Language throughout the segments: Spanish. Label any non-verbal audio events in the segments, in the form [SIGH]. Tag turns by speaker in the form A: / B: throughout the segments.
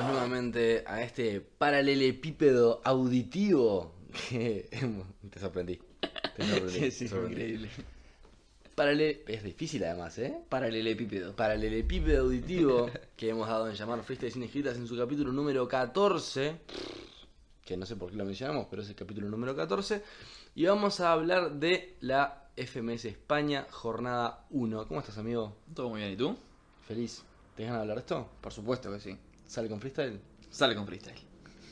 A: nuevamente a este paralelepípedo auditivo que hemos- te sorprendí. Te sorprendí.
B: [LAUGHS] Sí,
A: te
B: sí,
A: sorprendí.
B: increíble.
A: Paralel- Es difícil además, ¿eh?
B: Paralelepípedo.
A: Paralelepípedo auditivo
B: [LAUGHS]
A: que hemos dado en llamar Freestyle sin escritas en su capítulo número 14. Que no sé por qué lo mencionamos, pero es el capítulo número 14. Y vamos a hablar de la FMS España, jornada 1. ¿Cómo estás, amigo?
B: Todo muy bien, ¿y tú?
A: ¿Feliz? ¿Te ganas de hablar de esto?
B: Por supuesto que sí. eh,
A: ¿Sale con freestyle?
B: Sale con freestyle.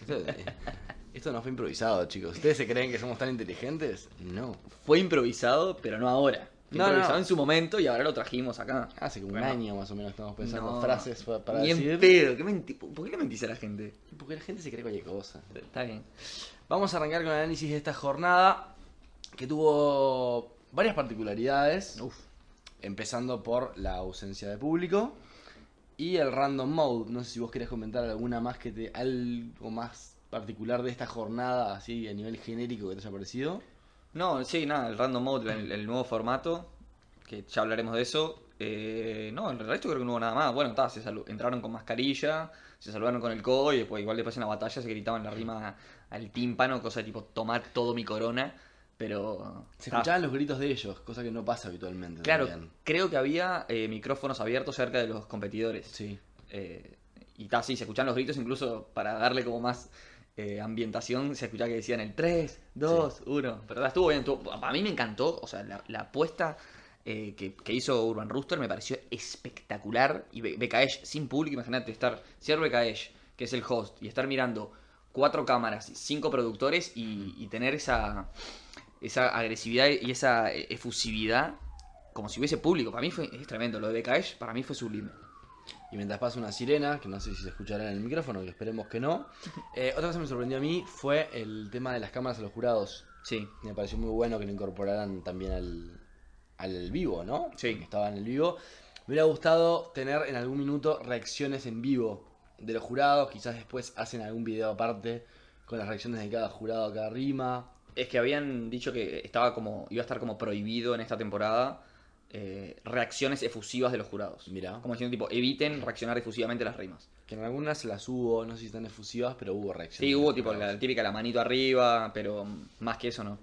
A: Esto, [LAUGHS] esto no fue improvisado, chicos. ¿Ustedes se creen que somos tan inteligentes? No.
B: Fue improvisado, pero no ahora. Fue
A: No,
B: improvisado
A: no.
B: en su momento y ahora lo trajimos acá.
A: Hace como
B: Bueno.
A: un año más o menos estamos pensando
B: No.
A: frases pa- para
B: Ni en
A: decir.
B: pedo, ¿qué menti- ¿por qué le mentís a la gente?
A: Porque la gente se cree cualquier cosa.
B: Está bien.
A: Vamos a arrancar con el análisis de esta jornada que tuvo varias particularidades.
B: Uf.
A: Empezando por la ausencia de público y el random mode. No sé si vos querés comentar alguna más que te. algo más particular de esta jornada, así a nivel genérico que te haya parecido.
B: No, sí, nada, el random mode, el, el nuevo formato, que ya hablaremos de eso. Eh, no, el resto creo que no hubo nada más. Bueno, está, se salu- entraron con mascarilla, se saludaron con el codo y después, igual después en la batalla se gritaban la rima al tímpano, cosa tipo, tomar todo mi corona, pero...
A: Se
B: ta.
A: escuchaban los gritos de ellos, cosa que no pasa habitualmente.
B: Claro,
A: también.
B: creo que había eh, micrófonos abiertos cerca de los competidores.
A: Sí.
B: Eh, y ta, sí, se escuchan los gritos, incluso para darle como más eh, ambientación, se escuchaba que decían el 3, 2, 1. Pero ta, estuvo bien, estuvo- a mí me encantó, o sea, la, la apuesta eh, que, que hizo Urban Rooster me pareció espectacular. Y Be- Becaesh sin público, imagínate, estar, ser Becaesh, que es el host, y estar mirando cuatro cámaras, cinco productores y, y tener esa, esa agresividad y esa eh, efusividad. Como si hubiese público, para mí fue es tremendo. Lo de Becaesh para mí fue sublime.
A: Y mientras pasa una sirena, que no sé si se escuchará en el micrófono, que esperemos que
B: [LAUGHS]
A: no. Eh, otra cosa que me sorprendió a mí fue el tema de las cámaras a los jurados.
B: Sí,
A: Me pareció muy bueno que lo incorporaran también al, al vivo, ¿no?
B: Sí.
A: Que estaba en el vivo. Me hubiera gustado tener en algún minuto reacciones en vivo de los jurados. Quizás después hacen algún video aparte con las reacciones de cada jurado, cada rima.
B: Es que habían dicho que estaba como iba a estar como prohibido en esta temporada eh, reacciones efusivas de los jurados.
A: Mirá.
B: Como diciendo tipo, eviten reaccionar efusivamente las rimas.
A: Que en algunas las hubo, no sé si están efusivas, pero hubo
B: Sí,
A: reacciones. de
B: hubo
A: los
B: tipo
A: jurados.
B: la típica la manito arriba, pero mm, más que eso no.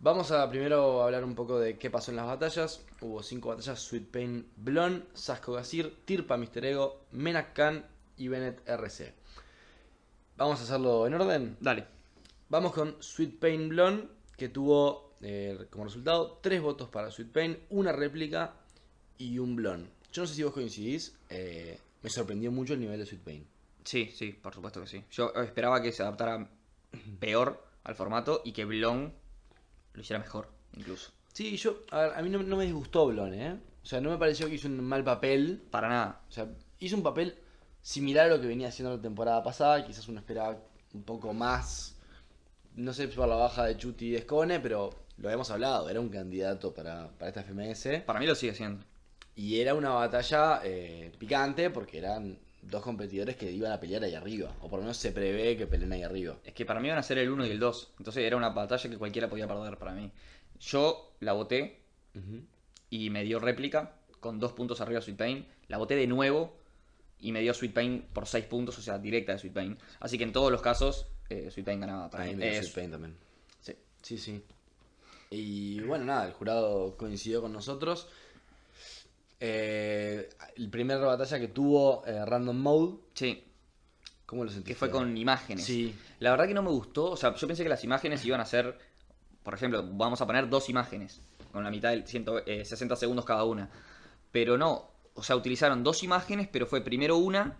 A: Vamos a primero hablar un poco de qué pasó en las batallas. Hubo cinco batallas: Sweet Pain Blon, Sasco Gazir, Tirpa Mister Ego, Menak Khan y Bennett RC. Vamos a hacerlo en orden.
B: Dale.
A: Vamos con Sweet Pain Blon, que tuvo eh, como resultado tres votos para Sweet Pain, una réplica y un Blon. Yo no sé si vos coincidís, eh, me sorprendió mucho el nivel de Sweet Pain.
B: Sí, sí, por supuesto que sí. Yo esperaba que se [CLEARS THROAT] adaptara peor al formato y que Blon lo hiciera mejor, incluso.
A: Sí, yo, a, ver, a mí no, no me disgustó Blon, ¿eh? O sea, no me pareció que hizo un mal papel.
B: Para nada.
A: O sea, hizo un papel similar a lo que venía haciendo la temporada pasada. Quizás uno esperaba un poco más. No sé por la baja de Chuti y de Scone, pero lo habíamos hablado. Era un candidato para, para esta FMS.
B: Para mí lo sigue siendo.
A: Y era una batalla eh, picante porque eran dos competidores que iban a pelear ahí arriba. O por lo menos se prevé que peleen ahí arriba.
B: Es que para mí iban a ser el 1 y el 2. Entonces era una batalla que cualquiera podía perder para mí. Yo la voté y me dio réplica con dos puntos arriba Sweet Pain. La boté de nuevo y me dio Sweet Pain por seis puntos, o sea, directa de Sweet Pain. Así que en todos los casos, eh, Sweet Pain ganaba para
A: Ahí
B: mí.
A: me dio
B: Eh,
A: Sweet Pain también.
B: sí.
A: Sí, sí. Y bueno, nada, el jurado coincidió con nosotros. Eh, el primer batalla que tuvo eh, Random Mode,
B: Sí,
A: ¿cómo lo sentiste?
B: que fue con imágenes.
A: Sí.
B: La verdad que no me gustó, o sea, yo pensé que las imágenes iban a ser, por ejemplo, vamos a poner dos imágenes, con la mitad del 100, eh, 60 segundos cada una. Pero no, o sea, utilizaron dos imágenes, pero fue primero una,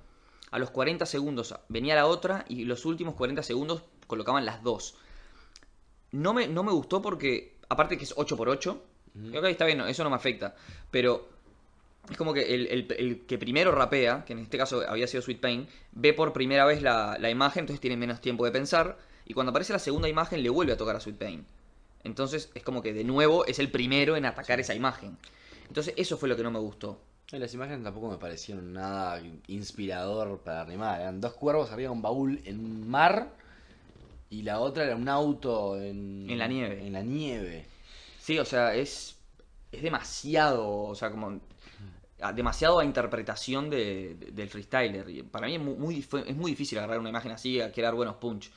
B: a los 40 segundos venía la otra y los últimos 40 segundos colocaban las dos. No me, no me gustó porque, aparte que es 8x8, ok, está bien, no, eso no me afecta, pero es como que el, el- el que primero rapea, que en este caso había sido Sweet Pain, ve por primera vez la, la imagen, entonces tiene menos tiempo de pensar. Y cuando aparece la segunda imagen, le vuelve a tocar a Sweet Pain. Entonces es como que de nuevo es el primero en atacar esa imagen. Entonces eso fue lo que no me gustó.
A: Eh, Las imágenes tampoco me parecieron nada inspirador para animar. Eran dos cuervos arriba de un baúl en un mar y la otra era un auto en,
B: En la nieve.
A: En la nieve.
B: Sí, o sea, es, es demasiado. O sea, como. a- demasiado a interpretación de- de- del freestyler. Y para mí es mu- muy, dif- es muy difícil agarrar una imagen así y crear buenos punch.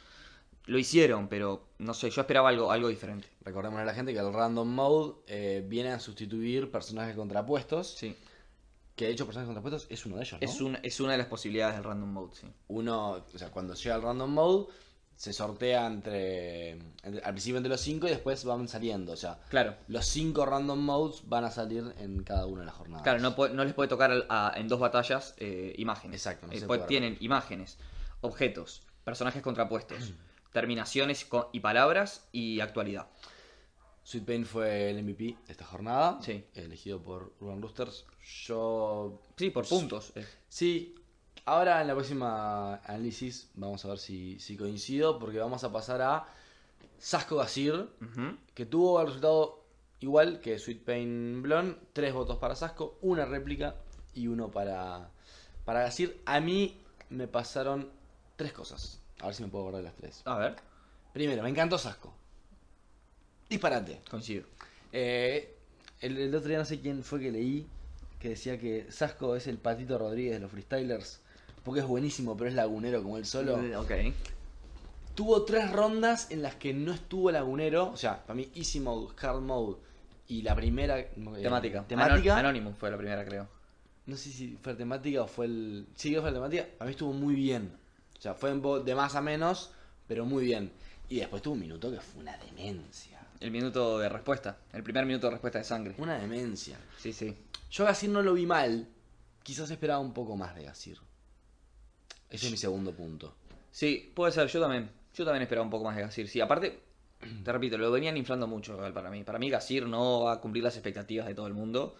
B: Lo hicieron, pero no sé, yo esperaba algo, algo diferente.
A: Recordemos a la gente que el Random Mode eh, viene a sustituir personajes contrapuestos.
B: Sí.
A: Que de hecho, personajes contrapuestos es uno de ellos. ¿no?
B: Es, un- es una de las posibilidades del random mode, sí.
A: Uno, o sea, cuando llega el Random Mode, se sortea entre, entre- Al principio entre los cinco y después van saliendo. O sea,
B: Claro.
A: los cinco Random Modes van a salir en cada una de las jornadas.
B: Claro, no, po- no les puede tocar al- a- en dos batallas eh, imágenes.
A: Exacto, no
B: Eh,
A: se
B: po-
A: puede
B: tienen imágenes, objetos,
A: [CLEARS THROAT]
B: personajes contrapuestos, terminaciones co- y palabras y actualidad.
A: Sweet Pain fue el MVP de esta jornada.
B: Sí.
A: Elegido por Urban Roosters. Yo.
B: Sí, por puntos. eh.
A: Sí. Ahora en la próxima análisis vamos a ver si, si coincido. Porque vamos a pasar a Sasco Gasir.
B: Ujú.
A: Que tuvo el resultado igual que Sweet Pain Blonde. Tres votos para Sasco, una réplica y uno para, para Gasir. A mí me pasaron tres cosas. A ver si me puedo acordar de las tres.
B: A ver,
A: Primero, me encantó Sasco. Disparate.
B: coincido.
A: Eh, el, el otro día no sé quién fue que leí que decía que Sasco es el patito Rodríguez de los freestylers porque es buenísimo, pero es lagunero como él solo.
B: Eh, Ok.
A: Tuvo tres rondas en las que no estuvo lagunero, o sea, para mí Easy Mode, Hard Mode y la primera eh,
B: Temática.
A: temática.
B: Anon- Anonymous fue la primera, creo.
A: No sé si fue la temática o fue el. Sí, creo que fue la temática. Para mí estuvo muy bien. O sea, fue un poco de más a menos, pero muy bien. Y después tuvo un minuto que fue una demencia.
B: El minuto de respuesta. El primer minuto de respuesta de sangre.
A: Una demencia.
B: Sí, sí.
A: Yo a Gasir no lo vi mal. Quizás esperaba un poco más de Gasir. Ese es mi segundo punto.
B: Sí, puede ser, yo también. Yo también esperaba un poco más de Gasir. Sí, aparte, [CLEARS THROAT] te repito, lo venían inflando mucho igual para mí. Para mí Gasir no va a cumplir las expectativas de todo el mundo.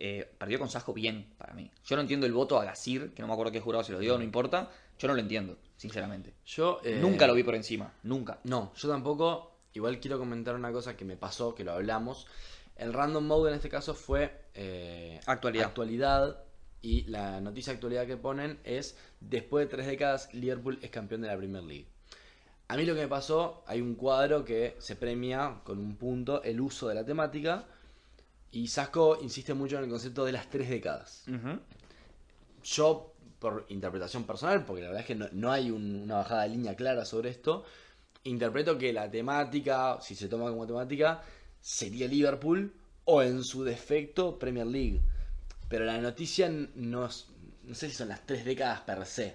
B: Eh, perdió con Sasco bien, para mí. Yo no entiendo el voto a Gasir, que no me acuerdo qué jurado se lo dio, no importa. Yo no lo entiendo, sinceramente.
A: Yo eh,
B: Nunca lo vi por encima, nunca.
A: No, yo tampoco. Igual quiero comentar una cosa que me pasó, que lo hablamos. El random mode en este caso fue eh,
B: Actualidad.
A: actualidad, Y la noticia de actualidad que ponen es: después de tres décadas, Liverpool es campeón de la Premier League. A mí lo que me pasó, hay un cuadro que se premia con un punto el uso de la temática. Y Sasco insiste mucho en el concepto de las tres décadas.
B: Ujú.
A: Yo, por interpretación personal, porque la verdad es que no, no hay un- una bajada de línea clara sobre esto, interpreto que la temática, si se toma como temática, sería Liverpool o en su defecto Premier League. Pero la noticia n- no, es- no sé si son las tres décadas per se.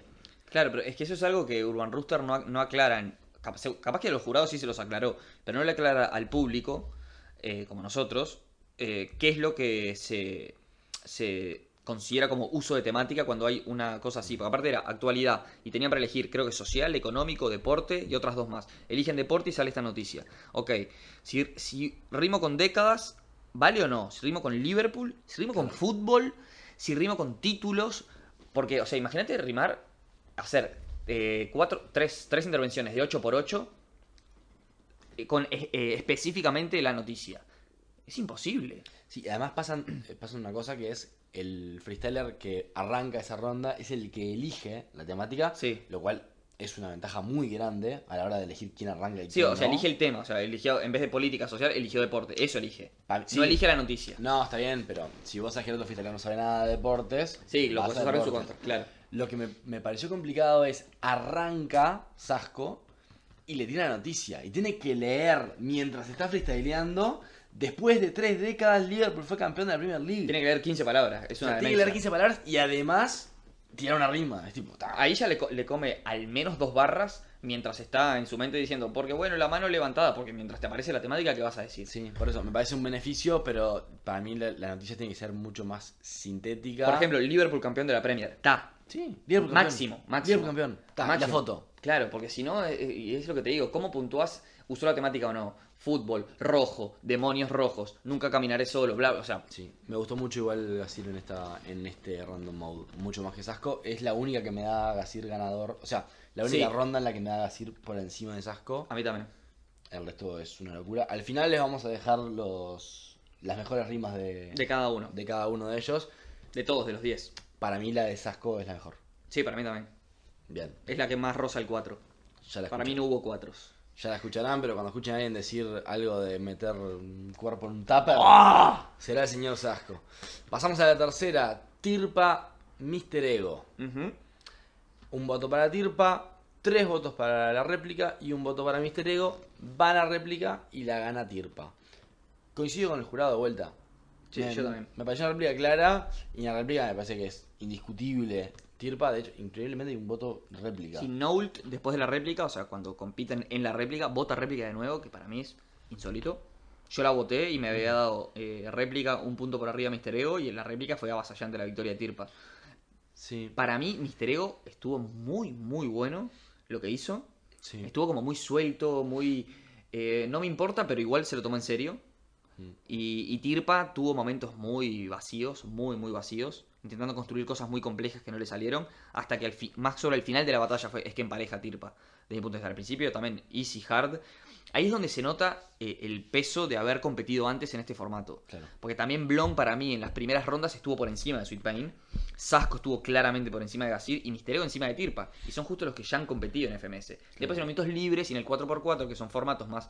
B: Claro, pero es que eso es algo que Urban Rooster no, ac- no aclara. en- cap- se- Capaz, que a los jurados sí se los aclaró, pero no le aclara al público, eh, como nosotros, eh, qué es lo que se, se considera como uso de temática cuando hay una cosa así. Porque aparte era actualidad y tenían para elegir, creo que social, económico, deporte y otras dos más. Eligen deporte y sale esta noticia. Ok, si, si rimo con décadas, ¿vale o no? Si rimo con Liverpool, si rimo con fútbol, si rimo con títulos. Porque, o sea, imagínate rimar hacer eh, cuatro, tres, tres intervenciones de 8 por 8 con eh, eh, específicamente la noticia. Es imposible.
A: Sí, y además pasan, eh, pasa una cosa que es el freestyler que arranca esa ronda es el que elige la temática,
B: Sí.
A: lo cual es una ventaja muy grande a la hora de elegir quién arranca y quién
B: Sí, o sea,
A: no.
B: elige el tema, o sea, eligió, en vez de política social, eligió deporte, eso elige.
A: Pa- Ah, sí.
B: No elige la noticia.
A: No, está bien, pero si vos sabés que el otro fiscal no sabe nada de deportes.
B: Sí, lo
A: vas
B: puedes
A: a
B: usar en su
A: deportes.
B: contra, claro.
A: Lo que me, me pareció complicado es arranca Sasco y le tira la noticia. Y tiene que leer mientras está freestyleando. Después de tres décadas, Liverpool fue campeón de la Premier League.
B: Tiene que leer 15 palabras,
A: O
B: es
A: sea,
B: una
A: tiene que
B: demencia.
A: leer 15 palabras y además tirar una rima. Es tipo, ta.
B: Ahí ya le, co- le come al menos dos barras mientras está en su mente diciendo, porque bueno, la mano levantada, porque mientras te aparece la temática, ¿qué vas a decir?
A: Sí, por eso me parece un beneficio, pero para mí la, la noticia tiene que ser mucho más sintética.
B: Por ejemplo, Liverpool campeón de la Premier, está.
A: sí, Liverpool campeón.
B: Máximo, máximo.
A: Liverpool campeón. Ta,
B: Máximo.
A: La foto.
B: Claro, porque si no, eh, y es lo que te digo, ¿cómo puntuás? ¿Usó la temática o no? Fútbol, rojo, demonios rojos, nunca caminaré solo, bla, bla, o sea,
A: Sí, me gustó mucho igual Gasir en esta en este random mode, mucho más que Sasco. Es la única que me da Gasir ganador, o sea, la única
B: Sí.
A: ronda en la que me da Gasir por encima de Sasco.
B: a mí también.
A: El resto es una locura. Al final les vamos a dejar los las mejores rimas de,
B: De cada uno, de,
A: de cada uno de ellos.
B: todos, de los 10.
A: Para mí la de Sasco es la mejor.
B: Sí, para mí también.
A: Bien,
B: Es la que más roza el 4.
A: ya la
B: Para mí
A: escuché.
B: no hubo 4.
A: Ya la escucharán, pero cuando escuchen a alguien decir algo de meter un cuerpo en un tupper,
B: ¡Ah!
A: será el señor Sasco. Pasamos a la tercera, Tirpa Mister Ego.
B: Ujú.
A: Un voto para Tirpa, tres votos para la réplica y un voto para Mister Ego. Va la réplica y la gana Tirpa. Coincido con el jurado de vuelta.
B: Sí,
A: me,
B: yo también.
A: Me pareció una réplica clara y la réplica me parece que es indiscutible. Tirpa, de hecho, increíblemente hay un voto réplica.
B: Si Noult, después de la réplica, o sea, cuando compiten en la réplica, vota réplica de nuevo, que para mí es insólito. Yo la voté y me había dado eh, réplica un punto por arriba a Mister Ego y en la réplica fue avasallante la victoria de Tirpa.
A: Sí,
B: Para mí, Mister Ego estuvo muy, muy bueno lo que hizo.
A: sí.
B: Estuvo como muy suelto, muy... eh, no me importa, pero igual se lo tomó en serio.
A: Mm.
B: Y, y Tirpa tuvo momentos muy vacíos, muy, muy vacíos, intentando construir cosas muy complejas que no le salieron, hasta que al fi- más sobre el final de la batalla fue, es que empareja Tirpa, desde mi punto de vista. Al principio también easy, hard. Ahí es donde se nota eh, el peso de haber competido antes en este formato.
A: Claro.
B: Porque también Blon para mí en las primeras rondas estuvo por encima de Sweet Pain. Sasco estuvo claramente por encima de Gasir y Misterio encima de Tirpa. Y son justo los que ya han competido en FMS. Después en los momentos libres y en el 4x4, que son formatos más,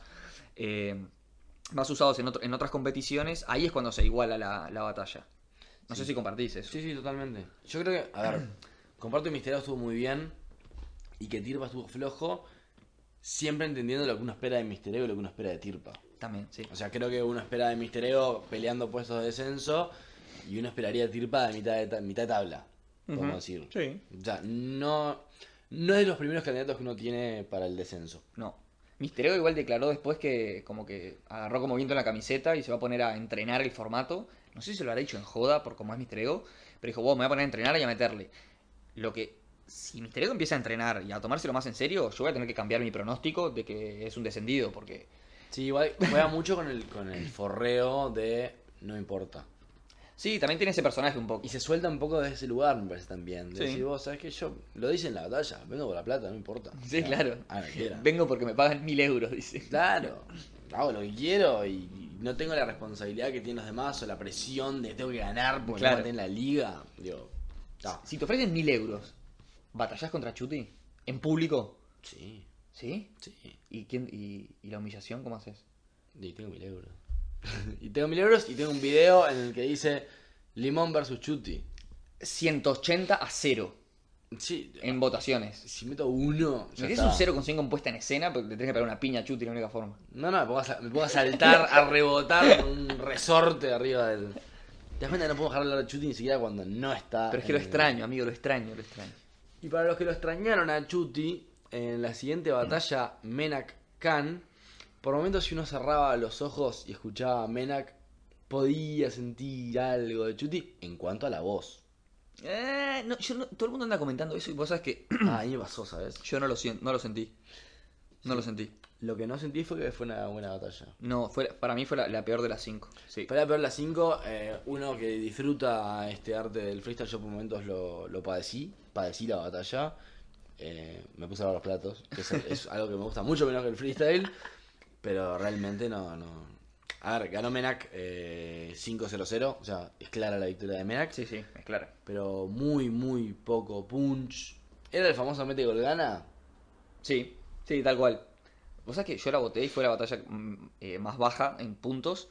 B: eh, más usados en, otro- en otras competiciones, ahí es cuando se iguala la, la batalla. No sé si compartís eso.
A: Sí, sí, totalmente. Yo creo que, a
B: [CLEARS THROAT]
A: ver, comparto que Misterio estuvo muy bien y que Tirpa estuvo flojo, siempre entendiendo lo que uno espera de Misterio y lo que uno espera de Tirpa.
B: También, sí.
A: O sea, creo que uno espera de Misterio peleando puestos de descenso y uno esperaría a Tirpa de mitad de, ta- mitad de tabla, podemos decir.
B: Sí.
A: O sea, no, no es de los primeros candidatos que uno tiene para el descenso.
B: No. Misterio igual declaró después que como que agarró como viento en la camiseta y se va a poner a entrenar el formato. No sé si se lo habrá dicho en joda por cómo es Misterio, pero dijo, wow, me voy a poner a entrenar y a meterle. Lo que, si Misterio empieza a entrenar y a tomárselo más en serio, yo voy a tener que cambiar mi pronóstico de que es un descendido, porque...
A: Sí, igual juega mucho con el, con el forreo de no importa.
B: Sí, también tiene ese personaje un poco.
A: Y se suelta un poco de ese lugar, me parece también. De
B: Sí.
A: decir, vos, ¿sabes que Yo lo dice en la batalla, vengo por la plata, no importa.
B: Sí, claro.
A: A lo que quiera.
B: Vengo porque me pagan mil euros, dice.
A: Claro, hago lo que quiero y y no tengo la responsabilidad que tienen los demás o la presión de tengo que ganar porque
B: Claro.
A: no maté en la liga. Digo, está.
B: Si te ofrecen mil euros, ¿batallás contra Chuti? ¿En público?
A: Sí,
B: ¿Sí?
A: sí.
B: ¿Y, quién, y, y la humillación cómo haces?
A: Y tengo mil euros. [LAUGHS] y tengo mil euros y tengo un video en el que dice Limón versus Chuti.
B: 180 a 0
A: Sí,
B: en votaciones.
A: si meto uno. ya
B: Metés
A: está.
B: un 0,5 puesta en escena, porque te tenés que pegar una piña chuti, la única forma.
A: No, no, me pongo, a, sa- me pongo a saltar, a rebotar con un resorte arriba del. Te das cuenta, no puedo dejar de hablar de Chuti ni siquiera cuando no está.
B: Pero es que lo
A: en el-
B: extraño, amigo, lo extraño, lo extraño.
A: Y para los que lo extrañaron a Chuti, en la siguiente batalla, Menak Khan, por momentos si uno cerraba los ojos y escuchaba a Menak, podía sentir algo de Chuti en cuanto a la voz.
B: Eh, no, yo no- todo el mundo anda comentando eso y vos sabes que
A: Ah, a mí me pasó, ¿sabes?
B: yo no lo, sien- no lo sentí. No lo sentí.
A: Lo que no sentí fue que fue una buena batalla.
B: No, fue, la- para mí fue la, la peor de las 5. Sí.
A: Para peor las 5, uno que disfruta este arte del freestyle, yo por momentos lo, lo padecí, padecí la batalla, eh, me puse a lavar los platos, que es, es algo que me gusta mucho menos que el freestyle, pero realmente no, no. A ver, ganó Menac eh, 5-0-0, o sea, es clara la victoria de Menac,
B: Sí, sí, es claro.
A: pero muy, muy poco punch. ¿Era el famoso mete gol gana?
B: Sí, sí, tal cual. Vos sabés que yo la voté y fue la batalla mm, eh, más baja en puntos.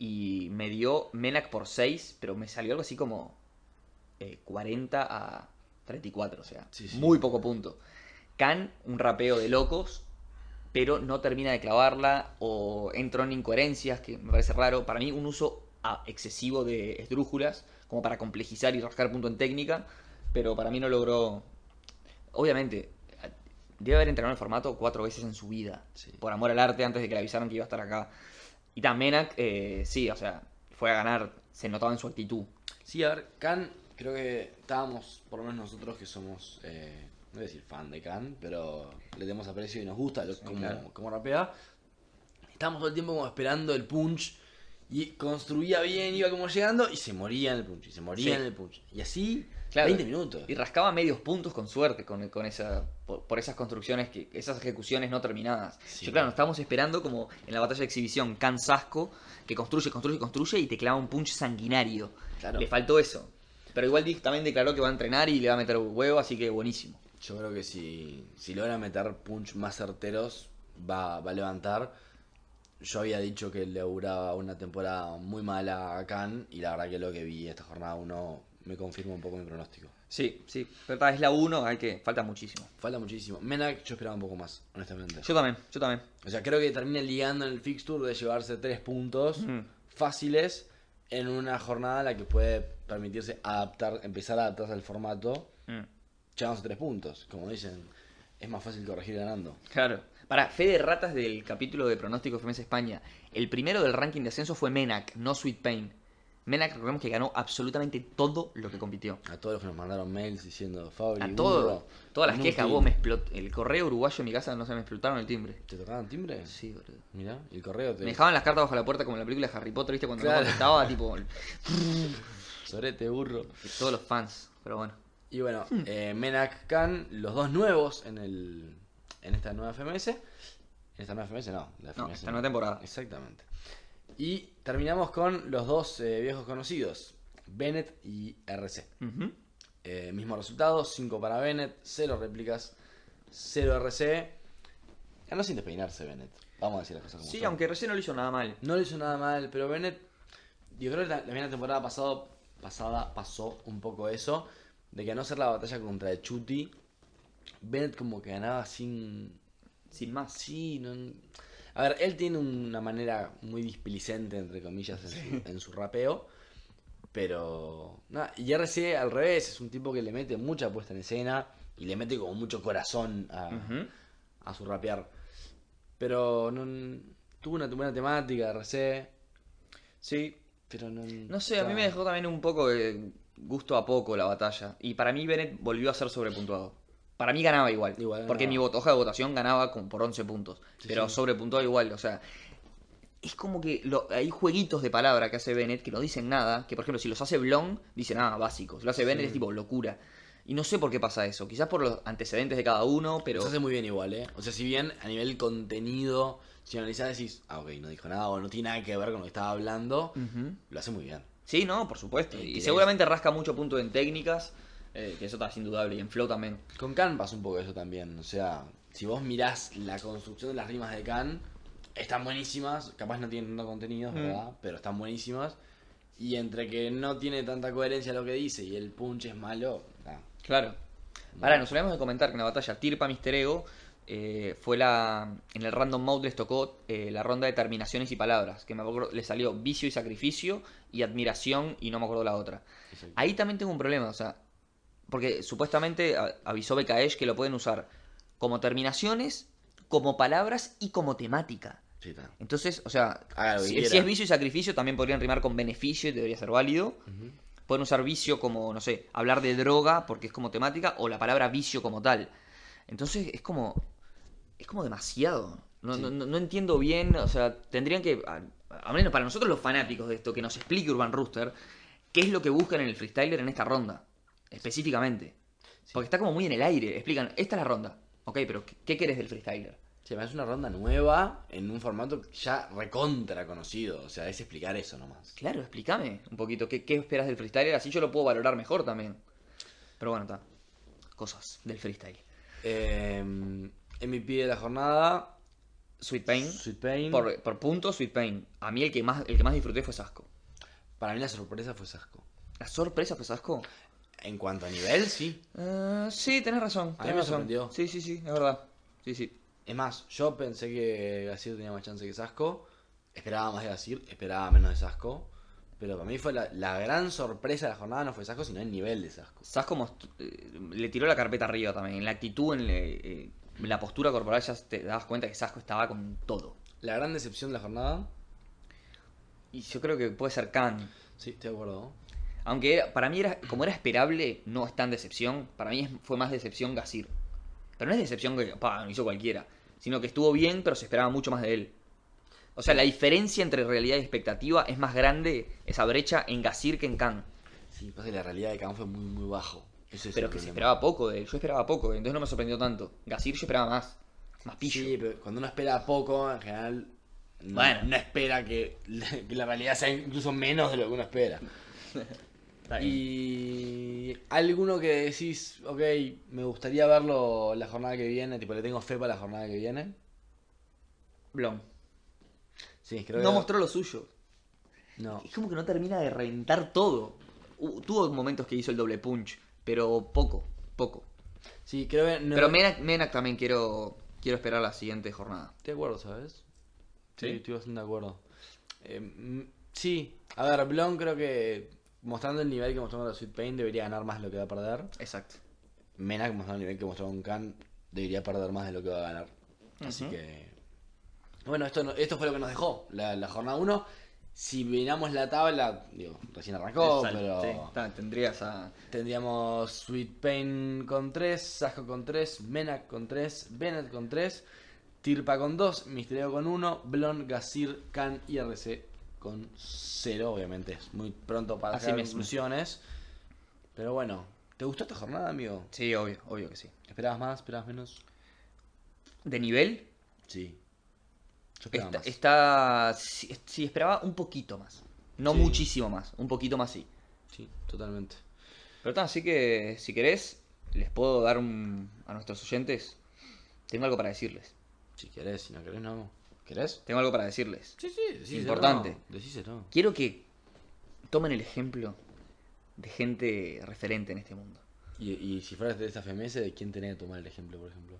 B: Y me dio Menak por 6, pero me salió algo así como eh, 40 a 34, o sea,
A: Sí, sí.
B: muy poco punto. Khan, un rapeo de locos, pero no termina de clavarla o entró en incoherencias, que me parece raro. Para mí, un uso ah, excesivo de esdrújulas, como para complejizar y rascar punto en técnica, pero para mí no logró. Obviamente, debe haber entrenado el formato cuatro veces en su vida,
A: Sí.
B: por amor al arte, antes de que le avisaran que iba a estar acá. Y también, eh, sí, o sea, fue a ganar, se notaba en su actitud.
A: Sí, a ver, Khan, creo que estábamos, por lo menos nosotros que somos, eh, no voy a decir fan de Khan, pero le demos aprecio y nos gusta lo- como,
B: claro.
A: como rapea. Estábamos todo el tiempo como esperando el punch y construía bien, iba como llegando y se moría en el punch, y se moría
B: Sí.
A: en el punch. Y así,
B: Claro.
A: 20 minutos.
B: Y rascaba medios puntos con suerte con, con esa, por, por esas construcciones, que, esas ejecuciones no terminadas.
A: Sí.
B: Yo, claro, nos estábamos esperando como en la batalla de exhibición, Can Sasco, que construye, construye, construye y te clava un punch sanguinario.
A: Claro.
B: Le faltó eso. Pero igual Dick también declaró que va a entrenar y le va a meter huevo, así que buenísimo.
A: Yo creo que si, si logran meter punch más certeros, va, va a levantar. Yo había dicho que le auguraba una temporada muy mala a Khan y la verdad que lo que vi esta jornada 1 me confirma un poco mi pronóstico.
B: Sí, sí. Pero ta, es la 1, hay que. Falta muchísimo.
A: Falta muchísimo. Menak yo esperaba un poco más, honestamente.
B: Yo también, yo también.
A: O sea, creo que termina ligando en el fixture de llevarse tres puntos
B: Mm.
A: fáciles en una jornada en la que puede permitirse adaptar, empezar a adaptarse al formato,
B: Mm.
A: llevándose tres puntos. Como dicen, es más fácil corregir ganando.
B: Claro. Para, Fede Ratas del capítulo de pronósticos FMS España. El primero del ranking de ascenso fue Menac, no Sweet Pain. Menac, recordemos que ganó absolutamente todo lo que compitió.
A: A todos los que nos mandaron mails diciendo Fabri,
B: A
A: burro,
B: todo. Todas las
A: inútil".
B: quejas, vos me explot- El correo uruguayo en mi casa no se me explotaron el timbre.
A: ¿Te tocaban timbre?
B: Sí, boludo.
A: Mirá, y el correo te.
B: Me dejaban las cartas bajo la puerta como en la película de Harry Potter, ¿viste? Cuando
A: Claro.
B: no contestaba, tipo,
A: Sorete, burro.
B: todos los fans. Pero bueno.
A: Y bueno,
B: Hmm.
A: eh, Menak Khan, los dos nuevos en el en esta nueva FMS. En esta nueva FMS no, la FMS.
B: No, esta nueva temporada.
A: Exactamente. Y terminamos con los dos eh, viejos conocidos, Bennett y RC.
B: Ujú.
A: Eh, mismo resultado, 5 para Bennett, 0 réplicas, 0 RC. Ganó sin despeinarse Bennett, vamos a decir las cosas como
B: Sí,
A: son.
B: aunque recién no lo hizo nada mal.
A: No le hizo nada mal, pero Bennett. Yo creo que la- también la temporada pasado, pasada pasó un poco eso. De que a no ser la batalla contra el Chuti, Bennett como que ganaba sin.
B: Sin más.
A: Sí, no. A ver, él tiene una manera muy displicente, entre comillas, en, su, en su rapeo. Pero. nada, y RC al revés, es un tipo que le mete mucha puesta en escena y le mete como mucho corazón a,
B: Ujú.
A: a su rapear. Pero no, tuvo una buena temática, RC.
B: Sí.
A: Pero no.
B: No sé, a mí me dejó también un poco de gusto a poco la batalla. Y para mí Bennett volvió a ser sobrepuntuado. Para mí ganaba igual.
A: Igual
B: porque
A: ganaba.
B: mi voto- hoja de votación ganaba con, por 11 puntos. pero
A: sí.
B: sobrepuntuado igual. O sea, es como que lo- hay jueguitos de palabra que hace Bennett que no dicen nada. Que por ejemplo, si los hace Blon, dicen ah, básicos. Si lo hace Bennett es tipo locura. Y no sé por qué pasa eso. Quizás por los antecedentes de cada uno, pero.
A: Se hace muy bien igual, ¿eh? O sea, si bien a nivel contenido, si analizás decís, ah, ok, no dijo nada o no tiene nada que ver con lo que estaba hablando,
B: Ujú.
A: lo hace muy bien.
B: Sí, no, por supuesto.
A: Eh,
B: Y
A: ¿crees?
B: seguramente rasca mucho punto en técnicas. eh, que eso está indudable. Y en flow también.
A: Con Khan pasa un poco eso también. O sea, si vos mirás la construcción de las rimas de Khan, están buenísimas. Capaz no tienen tanto contenido, es
B: Mm.
A: ¿verdad? Pero están buenísimas. Y entre que no tiene tanta coherencia lo que dice y el punch es malo, nah.
B: Claro. Ahora, nos olvidamos de comentar que en la batalla Tirpa Mister Ego eh, fue la. En el random mode les tocó eh, la ronda de terminaciones y palabras. Que me acuerdo, le salió vicio y sacrificio y admiración y no me acuerdo la otra.
A: Exacto.
B: Ahí también tengo un problema, o sea. Porque supuestamente a- avisó Becaesh que lo pueden usar como terminaciones, como palabras y como temática.
A: Sí, está.
B: Entonces, o sea,
A: Haga lo que
B: si,
A: quiera.
B: si es vicio y sacrificio, también podrían rimar con beneficio y debería ser válido. Pueden usar vicio como, no sé, hablar de droga porque es como temática, o la palabra vicio como tal. Entonces, es como. Es como demasiado. No, no- no- no entiendo bien, o sea, tendrían que. a- Al menos para nosotros los fanáticos de esto, que nos explique Urban Rooster, qué es lo que buscan en el freestyler en esta ronda, específicamente. Porque está como muy en el aire. Explican, esta es la ronda. Ok, pero ¿qué, qué querés del freestyler?
A: Se me hace una ronda nueva en un formato ya recontra conocido. O sea, es explicar eso nomás.
B: Claro, explícame un poquito qué, qué esperas del freestyler, así yo lo puedo valorar mejor también. Pero bueno, está. Cosas del freestyle.
A: Eh, MVP de la jornada.
B: Sweet Pain.
A: Sweet Pain.
B: Por, por puntos, Sweet Pain. A mí el que más, el que más disfruté fue Sasco.
A: Para mí la sorpresa fue Sasco.
B: ¿La sorpresa fue Sasco?
A: En cuanto a nivel, sí.
B: Eh, sí, tenés razón.
A: A mí
B: tenés
A: me
B: razón.
A: sorprendió.
B: Sí, sí, sí, es verdad. Sí, sí.
A: Es más, yo pensé que Gasir tenía más chance que Sasco. Esperaba más de Gasir, esperaba menos de Sasco. Pero para mí fue la, la gran sorpresa de la jornada no fue Sasco, sino el nivel de Sasco.
B: Sasco most- eh, le tiró la carpeta arriba también. En la actitud, en le- eh, la postura corporal, ya te das cuenta que Sasco estaba con todo.
A: La gran decepción de la jornada.
B: Y yo creo que puede ser Khan.
A: Sí, estoy de acuerdo.
B: Aunque era- para mí era, como era esperable, no es tan decepción. Para mí es- fue más decepción Gasir. Pero no es decepción que pa, lo hizo cualquiera. Sino que estuvo bien, pero se esperaba mucho más de él. O sea, la diferencia entre realidad y expectativa es más grande esa brecha en Gasir que en Khan.
A: Sí, pasa que la realidad de Khan fue muy, muy bajo. Ese es
B: Pero
A: el
B: que se
A: problema.
B: esperaba poco de él. Yo esperaba poco, entonces no me sorprendió tanto. Gasir yo esperaba más. Más pillo.
A: Sí, pero cuando uno espera poco, en general. No,
B: Bueno.
A: no espera que, que la realidad sea incluso menos de lo que uno espera.
B: y
A: Y alguno que decís, ok, me gustaría verlo la jornada que viene, tipo, le tengo fe para la jornada que viene.
B: Blom.
A: Sí, creo que.
B: No mostró lo suyo.
A: No.
B: Es como que no termina de reventar todo. Hu- tuvo momentos que hizo el doble punch, pero poco, poco.
A: Sí, creo que. No...
B: Pero Menak, Menak también quiero, quiero esperar la siguiente jornada.
A: Estoy de acuerdo, ¿sabes?
B: ¿Sí?
A: Estoy bastante de acuerdo. Eh, mm, sí, a ver, Blon creo que mostrando el nivel que mostró contra Sweet Pain debería ganar más de lo que va a perder.
B: Exacto.
A: Menak mostrando el nivel que mostró con Khan debería perder más de lo que va a ganar. Así
B: Ujú.
A: que. Bueno, esto, no- esto fue lo que nos dejó la, la jornada 1. Si miramos la tabla, digo, recién arrancó,
B: Exacto,
A: Oh, pero.
B: sí, está, tendrías a...
A: Tendríamos Sweet Pain con 3, Sasco con 3, Menak con 3, Bennett con 3, Tirpa con 2, Misterio con 1, Blon, Gazir, Khan y RC con 0. Obviamente es muy pronto para
B: Así
A: hacer
B: mismo.
A: conclusiones. Pero bueno, ¿te gustó esta jornada, amigo?
B: Sí, obvio, obvio que sí.
A: ¿Esperabas más? ¿Esperabas menos?
B: ¿De nivel?
A: Sí. Yo esperaba
B: Está,
A: más.
B: está- sí, sí, esperaba un poquito más. No
A: Sí.
B: muchísimo más, un poquito más sí.
A: Sí, totalmente.
B: Pero está, así que si querés, les puedo dar un- a nuestros oyentes. Tengo algo para decirles.
A: Si querés, si no querés, no. ¿Querés?
B: Tengo algo para decirles.
A: Sí, sí, decíselo.
B: Importante.
A: Decíselo.
B: Quiero que tomen el ejemplo de gente referente en este mundo.
A: Y, y si fueras de esta FMS, ¿de quién tenés que tomar el ejemplo, por ejemplo?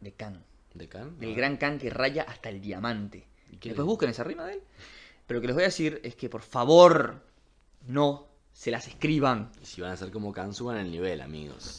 B: De Khan.
A: ¿De Khan?
B: Del gran Khan que raya hasta el diamante.
A: ¿Y qué le-
B: Después busquen esa rima de él. Pero lo que les voy a decir es que por favor no se las escriban.
A: Si van a ser como Khan, suban el nivel, amigos.